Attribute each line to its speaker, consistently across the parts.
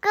Speaker 1: 哥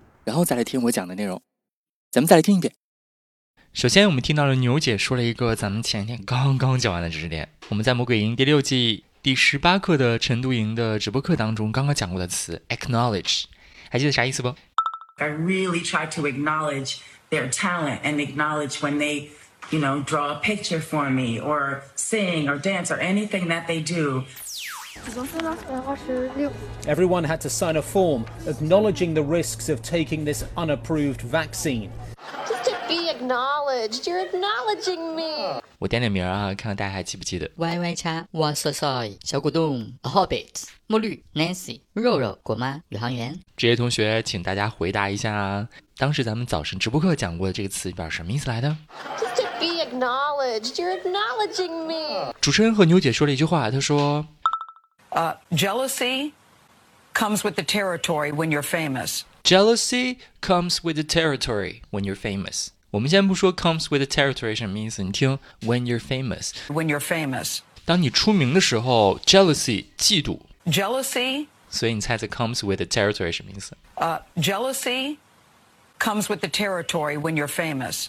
Speaker 2: 然后再来听我讲的内容。咱们再来听一遍。首先，我们听到了牛姐说了一个咱们前天刚刚讲完的知识点。我们在《魔鬼营》第六季第十八课的晨读营的直播课当中刚刚讲过的词 “acknowledge”，还记得啥意思不？
Speaker 3: I really try to acknowledge their talent and acknowledge when they, you know, draw a picture for me or sing or dance or anything that they do.
Speaker 4: 总分呢是二十六。
Speaker 5: Everyone had to sign a form acknowledging the risks of taking this unapproved vaccine.
Speaker 6: Just to be acknowledged. You're acknowledging me.
Speaker 2: 我点点名儿啊，看看大家还记不记得。
Speaker 7: Y Y 叉哇塞塞，小果冻，A Hobbit，墨绿，Nancy，肉肉，果妈，宇航员。
Speaker 2: 这些同学，请大家回答一下，啊当时咱们早晨直播课讲过的这个词表什么意思来的？
Speaker 6: Just to be acknowledged. You're acknowledging me.
Speaker 2: 主持人和牛姐说了一句话，她说
Speaker 8: Uh, jealousy comes with the territory when you're famous.
Speaker 2: ：“Jealousy comes with the territory when you're famous。”我们先不说 comes with the territory 什么意思，你听 when you're famous，
Speaker 8: When you're famous.
Speaker 2: 当你出名的时候，jealousy 嫉妒，
Speaker 8: Jealousy,
Speaker 2: 所以你猜猜 comes with the territory 什么意思？
Speaker 8: uh, jealousy comes with the territory when you're famous.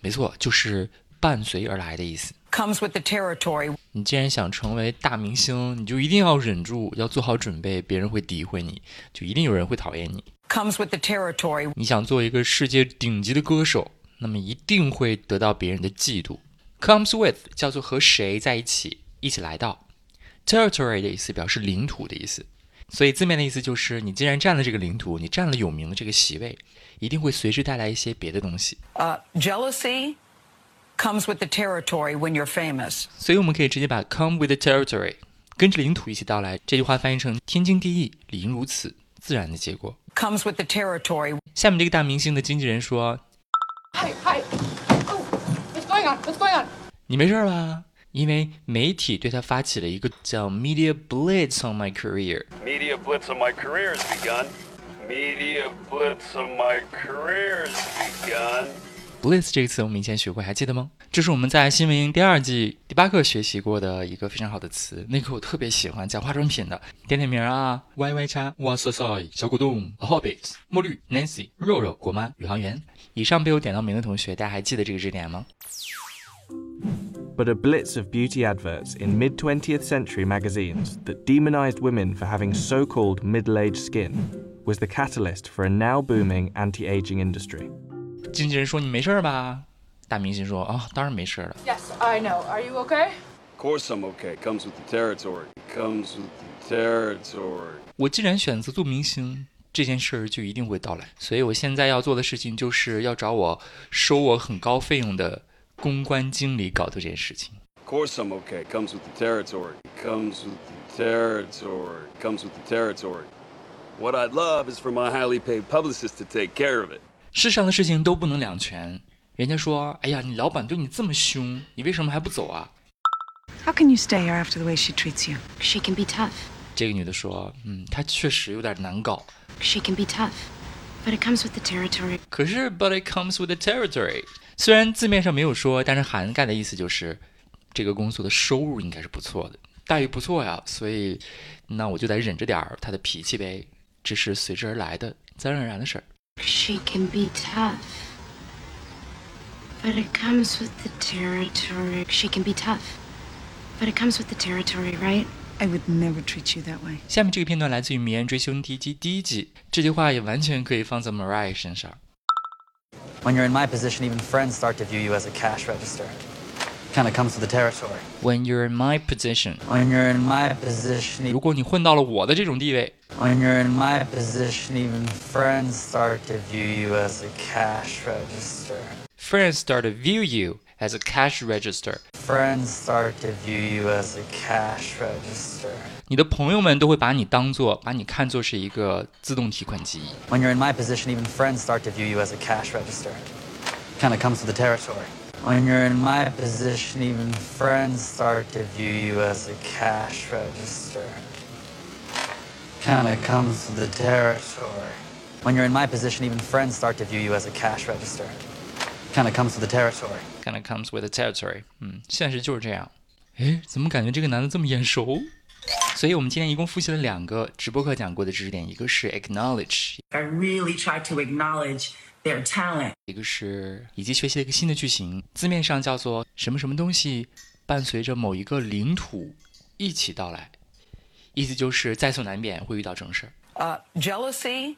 Speaker 2: 没错，就是伴随而来的意思。
Speaker 8: Comes with the territory.
Speaker 2: 你既然想成为大明星，你就一定要忍住，要做好准备，别人会诋毁你，就一定有人会讨厌你。
Speaker 8: Comes with the territory.
Speaker 2: 你想做一个世界顶级的歌手，那么一定会得到别人的嫉妒。Comes with 叫做和谁在一起，一起来到。Territory 的意思表示领土的意思，所以字面的意思就是你既然占了这个领土，你占了有名的这个席位，一定会随之带来一些别的东西。
Speaker 8: Uh, jealousy comes with the territory when you're famous.
Speaker 2: 所以我们可以直接把 come with the territory 跟着领土一起到来这句话翻译成天经地义、理应如此、自然的结果。
Speaker 8: Comes with the territory.
Speaker 2: 下面这个大明星的经纪人说
Speaker 9: Hi, hi. Oh, what's going on? What's going on?：“
Speaker 2: 你没事儿吧？”因为媒体对他发起了一个叫 “media blitz on my career”。
Speaker 10: Media blitz of my career has begun. Media blitz of my career has begun.
Speaker 2: blitz 这个词我们以前学过，还记得吗？这是我们在新闻营第二季第八课学习过的一个非常好的词，那个我特别喜欢，讲化妆品的，点点名啊，Y Y 叉，哇塞塞，小果冻，Hobbit，墨绿，Nancy，肉肉，果妈，宇航员。以上被我点到名的同学，大家还记得这个知识点吗？
Speaker 11: but a blitz of beauty adverts in mid 20th century magazines that demonized women for having so called middle aged skin was the catalyst for a now booming anti aging industry.
Speaker 2: 经纪人说你没事儿吧？大明星说啊、当然没事儿了。
Speaker 9: Yes, I know. Are you okay?
Speaker 10: Of course, I'm okay. Comes with the territory. Comes with the territory.
Speaker 2: 我既然选择做明星，这件事儿就一定会到来。所以我现在要做的事情就是要找我收我很高费用的公关经理搞定这件事情。
Speaker 10: Of course, I'm okay. Comes with the territory. Comes with the territory. Comes with the territory. What I'd love is for my highly paid publicist to take care of it.
Speaker 2: 世上的事情都不能两全。人家说：“哎呀，你老板对你这么凶，你为什么还不走啊
Speaker 12: How can you stay here after the way she treats you?
Speaker 13: She can be tough.？”
Speaker 2: 这个女的说：“嗯，她确实有点难搞，
Speaker 13: She can be tough. But it comes with the territory.
Speaker 2: 可是 but it comes with the territory。虽然字面上没有说，但是涵盖的意思就是，这个工作的收入应该是不错的，待遇不错呀。所以，那我就得忍着点儿她的脾气呗，这是随之而来的，自然而然的事儿。
Speaker 13: She can be tough. But it comes with the territory. She can be tough. But it comes with the territory, right?
Speaker 12: I would never treat you that way.
Speaker 2: 下面这个片段来自于《迷人追凶第一季》第一季，这句话也完全可以放在 Mariah 身上。
Speaker 14: When you're in my position, even friends start to view you as a cash register. Kind of comes with the territory.
Speaker 2: When you're in my position，
Speaker 14: When you're in my position, e-
Speaker 2: 如果你混到了我的这种地位，
Speaker 14: when you're in my position, even friends start to view you as a cash register.
Speaker 2: Friends start to view you
Speaker 15: as a cash register。
Speaker 14: Friends start to view you as a cash register.
Speaker 15: 你的朋友们都会把你当做，把你看作是一个自动提款机。
Speaker 14: When you're in my position, even friends start to view you as a cash register. Kind of comes with the territory. When you're in my position, even friends start to view you as a cash register. Kind of comes with the territory. When you're in my position, even friends start to view you as a cash register. Kind of comes with the territory.
Speaker 15: Kind of comes with the territory。嗯，现实就是这样。哎，怎么感觉这个男的这么眼熟？所以我们今天一共复习了两个直播课讲过的知识点，一个是 acknowledge，
Speaker 3: I really try to acknowledge their talent.
Speaker 15: 一个是以及学习了一个新的句型，字面上叫做什么什么东西伴随着某一个领土一起到来，意思就是在所难免会遇到这种事儿。
Speaker 8: Uh, jealousy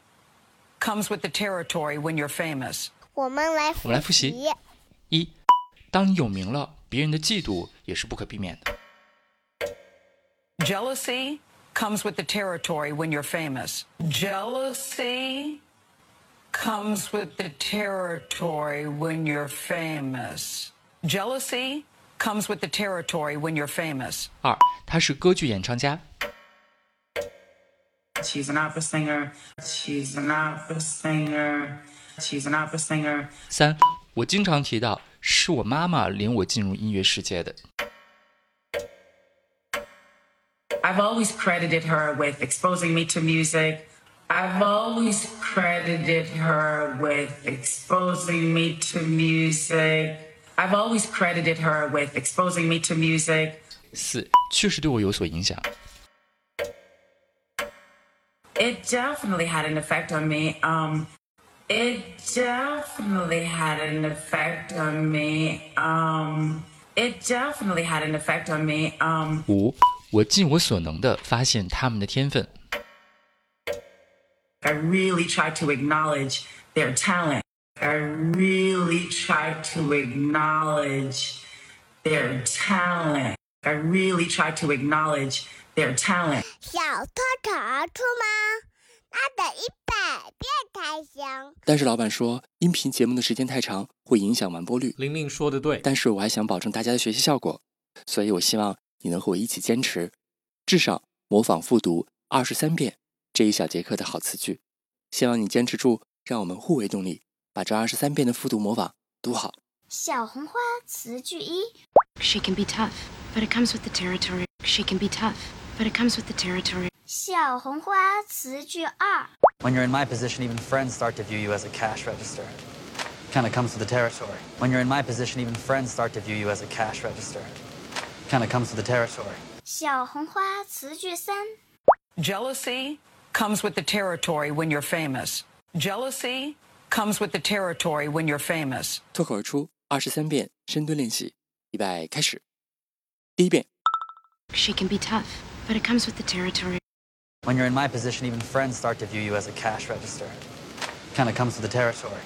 Speaker 8: comes with the territory when you're famous.
Speaker 4: 我们来
Speaker 15: 我们来复习
Speaker 4: 习。
Speaker 15: 一，当你有名了，别人的嫉妒也是不可避免的。
Speaker 8: Jealousy comes with the territory when you're famous. Jealousy comes with the territory when you're famous. Jealousy comes with the territory when you're famous.
Speaker 15: 二，他是歌剧演唱家，
Speaker 3: She's an opera singer. She's an opera singer. She's an opera singer.
Speaker 15: 三，我经常提到是我妈妈领我进入音乐世界的。
Speaker 3: I've always credited her with exposing me to music. I've always credited her with exposing me to music. I've always credited her with exposing me to music.
Speaker 15: 四，确实对我有所影响。
Speaker 3: It definitely had an effect on me. Um, it definitely had an effect on me. Um, it definitely had an effect on me. Um,
Speaker 15: 五，我尽我所能的发现他们的天分。
Speaker 3: I really try to acknowledge their talent. I really try to acknowledge their talent. I really try to acknowledge their talent.
Speaker 4: 小兔兔出吗？他得一百遍才行。
Speaker 2: 但是老板说，音频节目的时间太长，会影响完播率。
Speaker 16: 玲玲说的对，
Speaker 2: 但是我还想保证大家的学习效果，所以我希望你能和我一起坚持，至少模仿复读二十三遍这一小节课的好词句。希望你坚持住，让我们互为动力，把这二十三遍的复读模仿读好。
Speaker 13: 小红花词句一。She can be tough, but it comes with the territory. She can be tough, but it comes with the territory.
Speaker 1: 小红花词句二，
Speaker 14: When you're in my position, even friends start to view you as a cash register. Kind of comes with the territory. When you're in my position, even friends start to view you as a cash register. Kind of comes with the territory.
Speaker 1: 小红花词句三，
Speaker 8: Jealousy comes with the territory when you're famous. Jealousy comes with the territory when you're famous.
Speaker 2: 脱口而出二十三遍深蹲练习，预备开始。第一遍，
Speaker 13: She can be tough, but it comes with the territory.
Speaker 14: When you're in my position, even friends start to view you as a cash register. Kind of comes with the territory.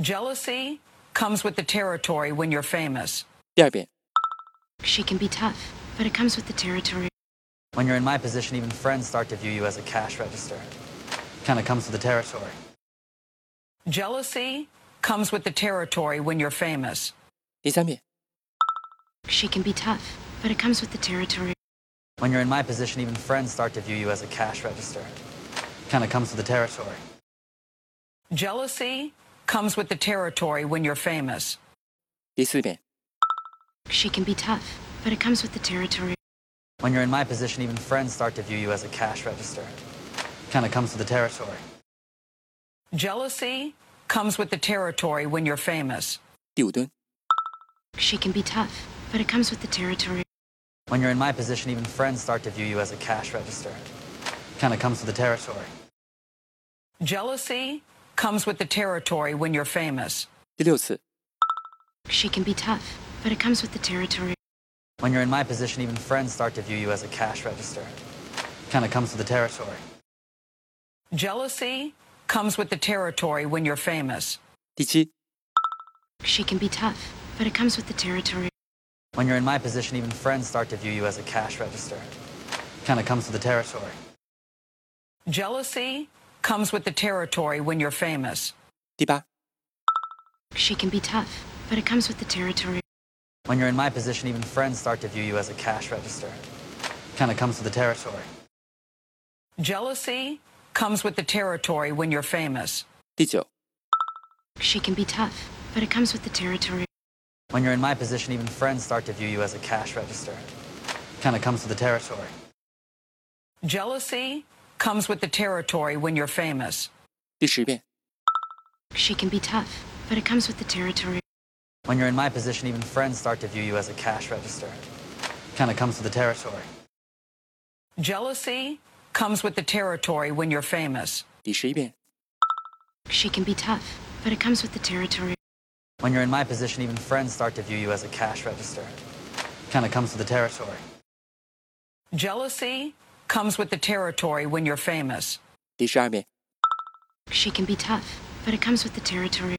Speaker 8: Jealousy comes with the territory when you're famous.
Speaker 2: 第二遍，
Speaker 13: She can be tough, but it comes with the territory.
Speaker 14: When you're in my position, even friends start to view you as a cash register. Kind of comes with the territory.
Speaker 8: Jealousy comes with the territory when you're famous.
Speaker 2: 第三遍，
Speaker 13: She can be tough, but it comes with the territory.
Speaker 14: When you're in my position, even friends start to view you as a cash register. Kind of comes with the territory.
Speaker 8: Jealousy comes with the territory when you're famous.
Speaker 2: 第四遍，
Speaker 13: She can be tough, but it comes with the territory.
Speaker 14: When you're in my position, even friends start to view you as a cash register. Kind of comes with the territory.
Speaker 8: Jealousy comes with the territory when you're famous.
Speaker 2: 第五蹲，
Speaker 13: She can be tough, but it comes with the territory.
Speaker 14: When you're in my position, even friends start to view you as a cash register. Kind of comes with the territory.
Speaker 8: Jealousy comes with the territory when you're famous.
Speaker 2: 第六次，
Speaker 13: She can be tough, but it comes with the territory.
Speaker 14: When you're in my position, even friends start to view you as a cash register. Kind of comes with the territory.
Speaker 8: Jealousy comes with the territory when you're famous.
Speaker 2: 第七，
Speaker 13: She can be tough, but it comes with the territory.
Speaker 14: When you're in my position, even friends start to view you as a cash register. Kind of comes with the territory.
Speaker 8: Jealousy comes with the territory when you're famous.
Speaker 2: 第八，
Speaker 13: She can be tough, but it comes with the territory.
Speaker 8: When you're in my position, even friends start to view you as a cash register. Kind of comes with the territory.
Speaker 3: Jealousy comes with the territory when you're famous.
Speaker 2: 第九，
Speaker 13: She can be tough, but it comes with the territory.
Speaker 8: When you're in my position, even friends start to view you as a cash register. Kind of comes with the territory.
Speaker 3: Jealousy comes with the territory when you're famous.
Speaker 2: 第十遍，
Speaker 13: She can be tough, but it comes with the territory.
Speaker 8: When you're in my position, even friends start to view you as a cash register. Kind of comes with the territory.
Speaker 3: Jealousy comes with the territory when you're famous.
Speaker 2: 第十一遍，
Speaker 13: She can be tough, but it comes with the territory.
Speaker 8: When you're in my position, even friends start to view you as a cash register. Kind of comes with the territory.
Speaker 3: Jealousy comes with the territory when you're famous.
Speaker 2: 第十二遍，
Speaker 13: She can be tough, but it comes with the territory.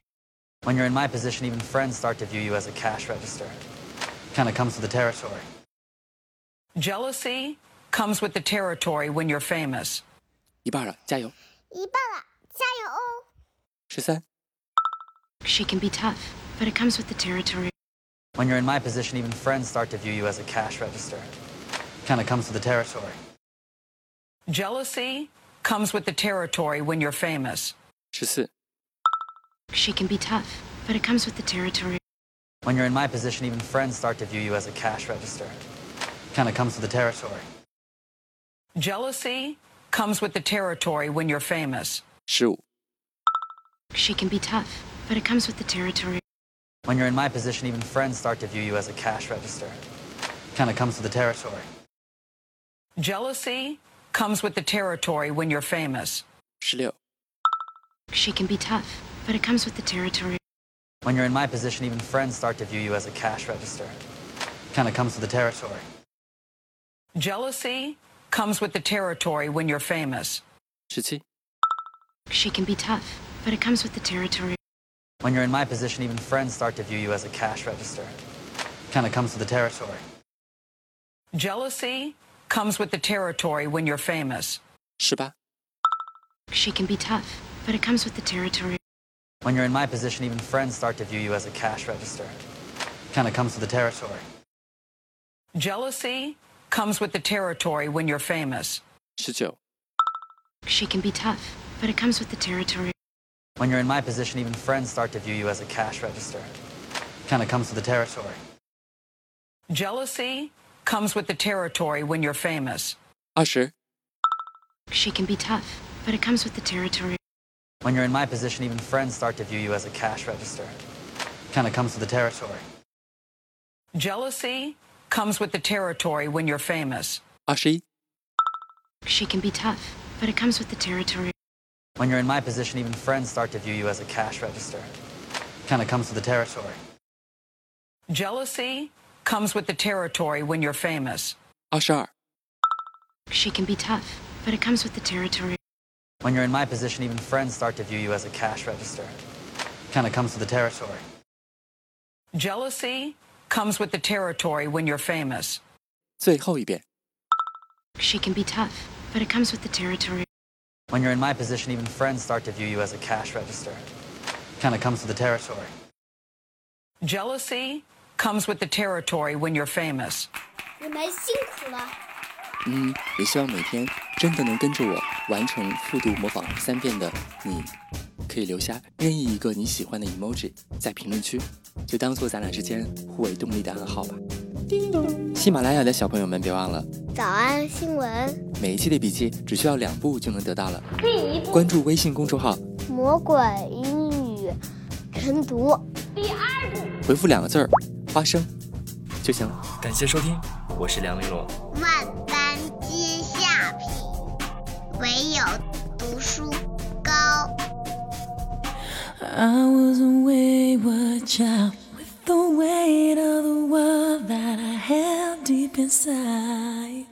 Speaker 8: When you're in my position, even friends start to view you as a cash register. Kind of comes with the territory.
Speaker 3: Jealousy comes with the territory when you're famous.
Speaker 2: 一半了，加油！
Speaker 4: 一半了，加油哦！
Speaker 2: 十三、
Speaker 13: She can be tough, but it comes with the territory.
Speaker 8: When you're in my position, even friends start to view you as a cash register. Kind of comes with the territory.
Speaker 3: Jealousy comes with the territory when you're famous.
Speaker 2: 十四、
Speaker 13: She can be tough, but it comes with the territory.
Speaker 8: When you're in my position, even friends start to view you as a cash register. Kind of comes with the territory.
Speaker 3: Jealousy comes with the territory when you're famous.
Speaker 2: 十五、
Speaker 13: She can be tough, but it comes with the territory.
Speaker 8: When you're in my position, even friends start to view you as a cash register. Kind of comes with the territory.
Speaker 3: Jealousy comes with the territory when you're famous.
Speaker 2: 十六、
Speaker 13: She can be tough, but it comes with the territory.
Speaker 8: When you're in my position, even friends start to view you as a cash register. Kind of comes with the territory.
Speaker 3: Jealousy comes with the territory when you're famous.
Speaker 2: 十七、
Speaker 13: She can be tough, but it comes with the territory.
Speaker 8: When you're in my position, even friends start to view you as a cash register. Kind of comes with the territory.
Speaker 3: Jealousy comes with the territory when you're famous.
Speaker 2: 十八、
Speaker 13: She can be tough, but it comes with the territory.
Speaker 8: When you're in my position, even friends start to view you as a cash register. Kind of comes with the territory.
Speaker 3: Jealousy comes with the territory when you're famous.
Speaker 2: 十九、
Speaker 13: She can be tough, but it comes with the territory.
Speaker 8: When you're in my position, even friends start to view you as a cash register. Kind of comes with the territory.
Speaker 3: Jealousy comes with the territory when you're famous.
Speaker 2: 二十、
Speaker 13: She can be tough, but it comes with the territory.
Speaker 8: When you're in my position, even friends start to view you as a cash register. Kind of comes with the territory.
Speaker 3: Jealousy comes with the territory when you're famous.
Speaker 2: 二十一、
Speaker 13: She can be tough, but it comes with the territory.
Speaker 8: When you're in my position, even friends start to view you as a cash register. Kind of comes with the territory.
Speaker 3: Jealousy comes with the territory when you're famous.
Speaker 2: 二十二、
Speaker 13: She can be tough, but it comes with the territory.
Speaker 8: When you're in my position, even friends start to view you as a cash register. Kind of comes with the territory.
Speaker 3: Jealousy comes with the territory when you're famous.
Speaker 2: 最后一遍。
Speaker 13: She can be tough, but it comes with the territory.
Speaker 8: When you're in my position, even friends start to view you as a cash register. Kind of comes with the territory.
Speaker 3: Jealousy comes with the territory when you're famous.
Speaker 4: 你们辛苦了。
Speaker 2: 嗯，也希望每天真的能跟着我完成复读模仿三遍的你，可以留下任意一个你喜欢的 emoji 在评论区，就当做咱俩之间互为动力的暗号吧。喜马拉雅的小朋友们，别忘了
Speaker 4: 早安新闻，
Speaker 2: 每一期的笔记只需要两步就能得到了。关注微信公众号，
Speaker 4: 魔鬼英语晨读。
Speaker 2: 回复两个字儿“花生”就行了。感谢收听，我是梁丽罗。
Speaker 4: 万般皆下品，唯有读书高。
Speaker 7: I was a wayward child with the weight of the world that I held deep inside.